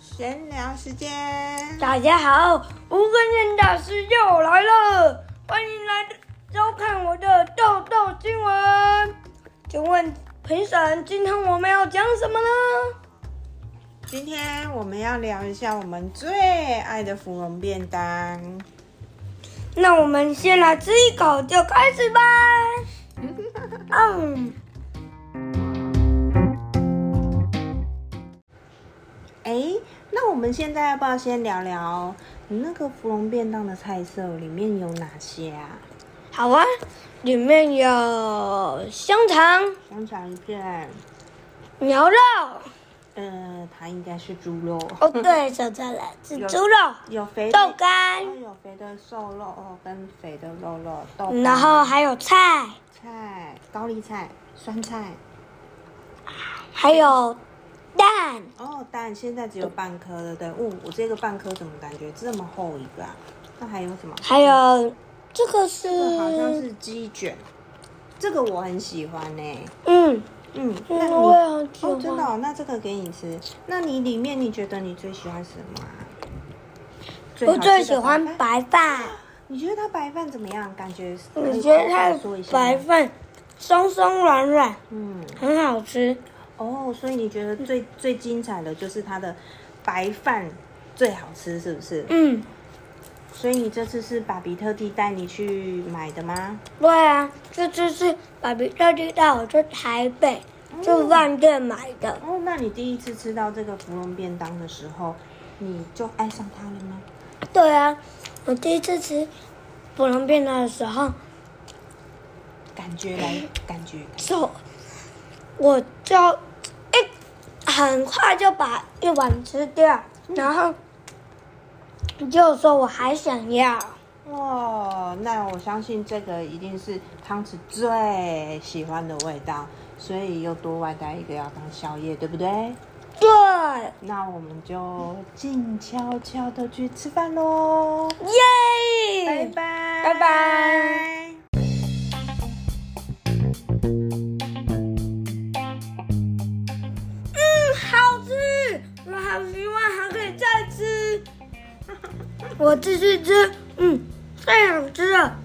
闲聊时间，大家好，无根线大师又来了，欢迎来收看我的豆豆新闻。请问评审，今天我们要讲什么呢？今天我们要聊一下我们最爱的芙蓉便当。那我们先来吃一口就开始吧。嗯，哎，那我们现在要不要先聊聊你那个芙蓉便当的菜色里面有哪些啊？好啊，里面有香肠、香肠一片，牛肉，呃，它应该是猪肉，哦对，说错了，是猪肉、有肥的豆干哦，有肥的瘦肉哦，跟肥的肉肉豆干，然后还有菜，菜高丽菜、酸菜还有蛋。哦，蛋现在只有半颗了，对，哦，我这个半颗怎么感觉这么厚一个啊？那还有什么？还有这个是，这个好像是鸡卷，这个我很喜欢呢、嗯，嗯，那你嗯，我也很喜哦，真的、欢。哦，那这个给你吃。那你里面你觉得你最喜欢什么、啊？好吃我的最喜欢白饭。白饭，你觉得它白饭怎么样？感觉是我觉得它可以说一的下吗白饭松松软软，嗯，很好吃。哦，所以你觉得最最精彩的就是它的白饭最好吃，是不是？嗯，所以你这次是爸比特地带你去买的吗？对啊，这次是爸比特地带我去台北嗯去饭店买的。哦，那你第一次吃到这个芙蓉便当的时候，你就爱上它了吗？对啊，我第一次吃芙蓉便当的时候，感觉来，感觉手我就一很快就把一碗吃掉，然后就说我还想要。哇，哦那我相信这个一定是汤匙最喜欢的味道，所以又多外带一个要当宵夜，对不对？对，那我们就静悄悄的去吃饭喽，耶！拜拜，拜拜。嗯，好吃，我好希望还可 以再吃。我继续吃，嗯，太好吃了。